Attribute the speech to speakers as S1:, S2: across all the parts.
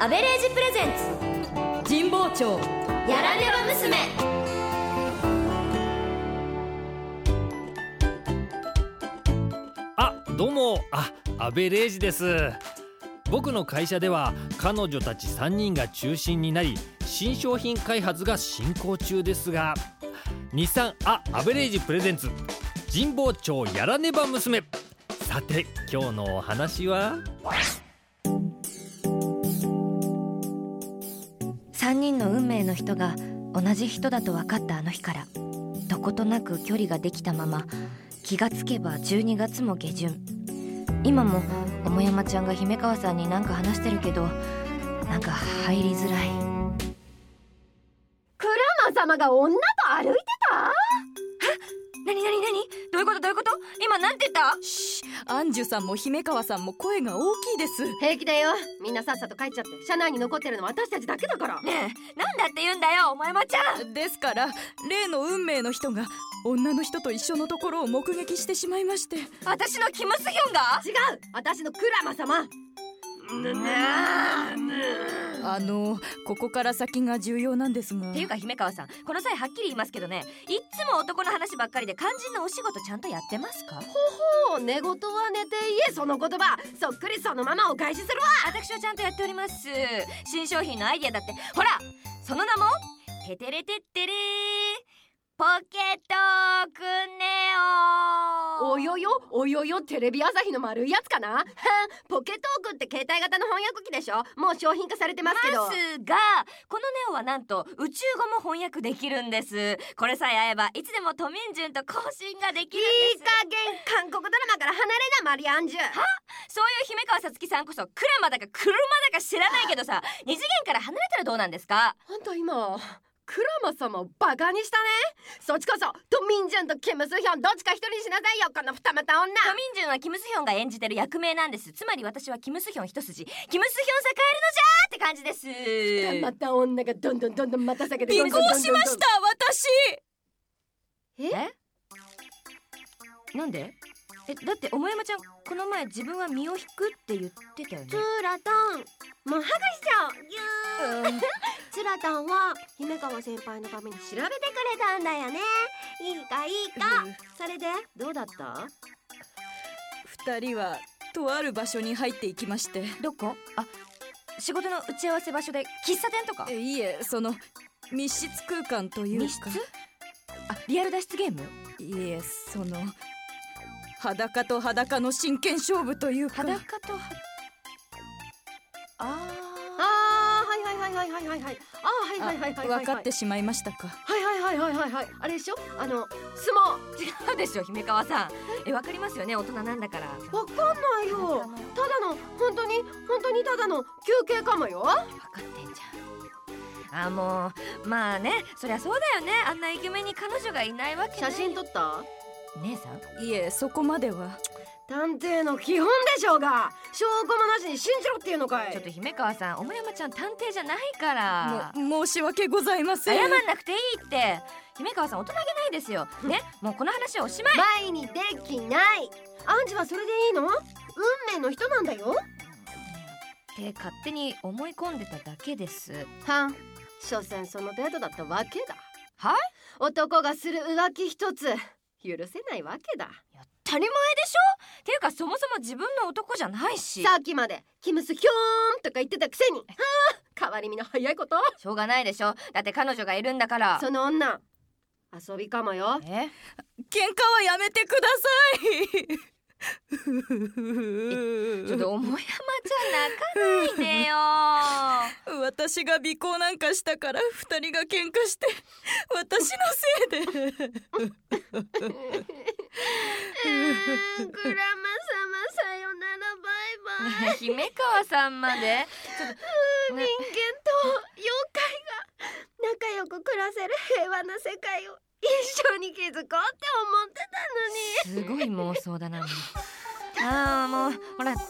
S1: アベレージプレゼンツ神保町やらねば娘
S2: あどうもあ安倍礼二です僕の会社では彼女たち3人が中心になり新商品開発が進行中ですが日産ア・アベレージプレゼンツ神保町やらねば娘さて今日のお話は
S3: 3人の運命の人が同じ人だと分かったあの日からどことなく距離ができたまま気がつけば12月も下旬今も桃山ちゃんが姫川さんに何か話してるけどなんか入りづらい
S4: クラマ様が女と歩いてた
S3: なになになにどういうことどういうこと今なんて言った
S1: アンジュさんも姫川さんも声が大きいです
S4: 平気だよみんなさっさと帰っちゃって車内に残ってるのは私たちだけだから
S3: ねえなんだって言うんだよ桃山ちゃん
S1: ですから例の運命の人が女の人と一緒のところを目撃してしまいまして
S3: 私のキム・スヒョンが
S4: 違う私のクラマ様
S1: あのここから先が重要なんですが
S3: っていうか姫川さんこの際はっきり言いますけどねいっつも男の話ばっかりで肝心のお仕事ちゃんとやってますか
S4: もう寝言は寝ていえその言葉そっくりそのままお返しするわ
S3: 私はちゃんとやっております新商品のアイディアだってほらその名もテテレテッテレーポケットクネオ
S4: およよおよよテレビ朝日の丸いやつかなポケトークって携帯型の翻訳機でしょもう商品化されてますけど
S3: ですがこのネオはなんと宇宙語も翻訳できるんですこれさえ合えばいつでも都民順と更新ができるん
S4: いい
S3: です
S4: 加減韓国ドラマから離れなマリアンジュ
S3: そういう姫川さつきさんこそクラマだか車だか知らないけ どさ二次元から離れたらどうなんですか
S4: あんた今クラマ様をバカにしたねそっちこそドミンジュンとキムスヒョンどっちか一人にしなさいよこの二股女
S3: 都民順はキム・スヒョンが演じてる役名なんですつまり私はキム・スヒョン一筋キム・スヒョン栄えるのじゃーって感じです
S4: 二股女がどんどんどんどんまた下げて
S1: 尾行しました私
S3: えなんでえだって桃山ちゃんこの前自分は身を引くって言ってたよね
S4: ーラタンもう剥がしちゃおうぎゅ ーツラタンは姫川先輩のために調べてくれたんだよねいいかいいかそれでどうだった
S1: 二人はとある場所に入っていきまして
S3: どこあ仕事の打ち合わせ場所で喫茶店とか
S1: えいえその密室空間というか
S3: 密室あリアル脱出ゲーム
S1: いえその裸と裸の真剣勝負というか
S3: 裸とはあー
S4: あーはいはいはいはいはいはいあーはいはいはいはいはい
S1: 分かってしまいましたか
S4: はいはいはいはいはいあれでしょあの相撲
S3: 違うでしょ姫川さんえわかりますよね大人なんだから
S4: わかんないよ
S3: わか
S4: ただの本当に本当にただの休憩かもよ
S3: ってんじゃんあもうまあねそりゃそうだよねあんなイケメンに彼女がいないわけ
S4: 写真撮った
S3: 姉さん
S1: いえそこまでは
S4: 探偵の基本でしょうが証拠もなしに信じろっていうのかい
S3: ちょっと姫川さん桃山ちゃん探偵じゃないから
S1: も申し訳ござざいませ
S3: 謝
S1: ん
S3: んなくていいって姫川さん大人げないですよねもうこの話はおしまい
S4: 前にできないアンジはそれでいいの運命の人なんだよ
S3: って勝手に思い込んでただけです
S4: はん所詮その程度だったわけだ
S3: はい
S4: 男がする浮気一つ許せないわけだ
S3: 当たり前でしょっていうかそもそも自分の男じゃないし
S4: さっきまでキムスヒョーンとか言ってたくせにはあ変わり身の早いこと
S3: しょうがないでしょだって彼女がいるんだから
S4: その女遊びかもよ
S3: え
S1: 喧嘩はやめてくだ
S3: ちょっと桃山ちゃん
S1: さい
S3: 泣かない でよ
S1: 私が尾行なんかしたから二人が喧嘩して私のせいで
S4: うんグラマ様さよならバイバイ
S3: ねえ姫川さんまでちょっとね
S4: 人間と妖怪が仲良く暮らせる平和な世界を一緒に築こうって思ってたのに
S3: すごい妄想だなもうああもうほらテ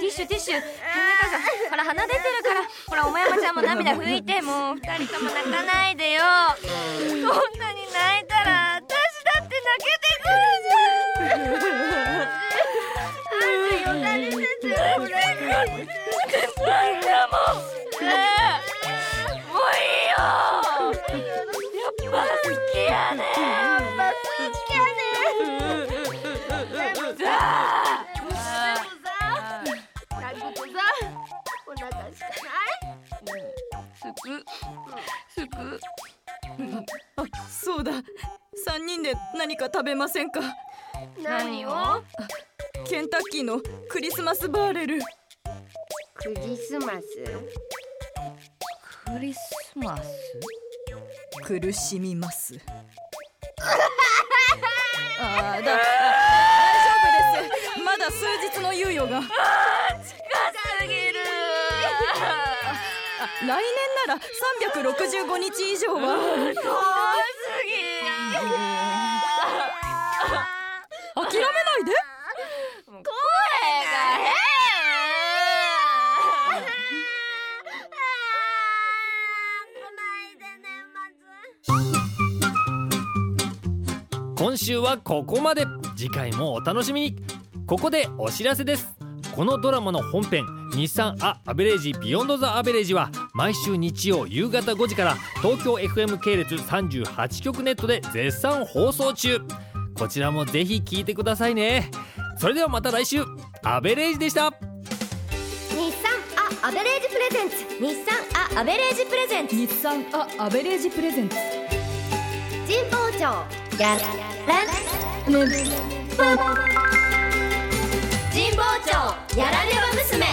S3: ィッシュティッシュ姫川さんほら鼻出てるからほらお前山ちゃんも涙拭いてもう二人とも泣かないでよこんなに泣いたら私だって泣けてくるじゃん
S4: あんたよだれててもう
S1: 服あそうだ3人で何か食べませんか
S3: 何を
S1: ケンタッキーのクリスマスバーレル
S4: クリスマス
S3: クリスマス
S1: 苦しみますあーだあ大丈夫ですまだ数日の猶予が
S3: すぎる
S1: 来年なら365日以上は
S3: 遠すぎ
S1: 諦めないで
S3: 声が 変
S2: 今週はここまで次回もお楽しみにここでお知らせですこのドラマの本編「日産アアベレージビヨンド・ザ・アベレージ」は毎週日曜夕方5時から東京 FM 系列38局ネットで絶賛放送中こちらもぜひ聞いてくださいねそれではまた来週アベレージでした
S4: 日産アアベレージプレゼンツ日産アアベレージプレゼンツ
S1: 日産アアベレージプレゼンツ
S4: 神保町やらね
S3: 神保町
S4: やらねば娘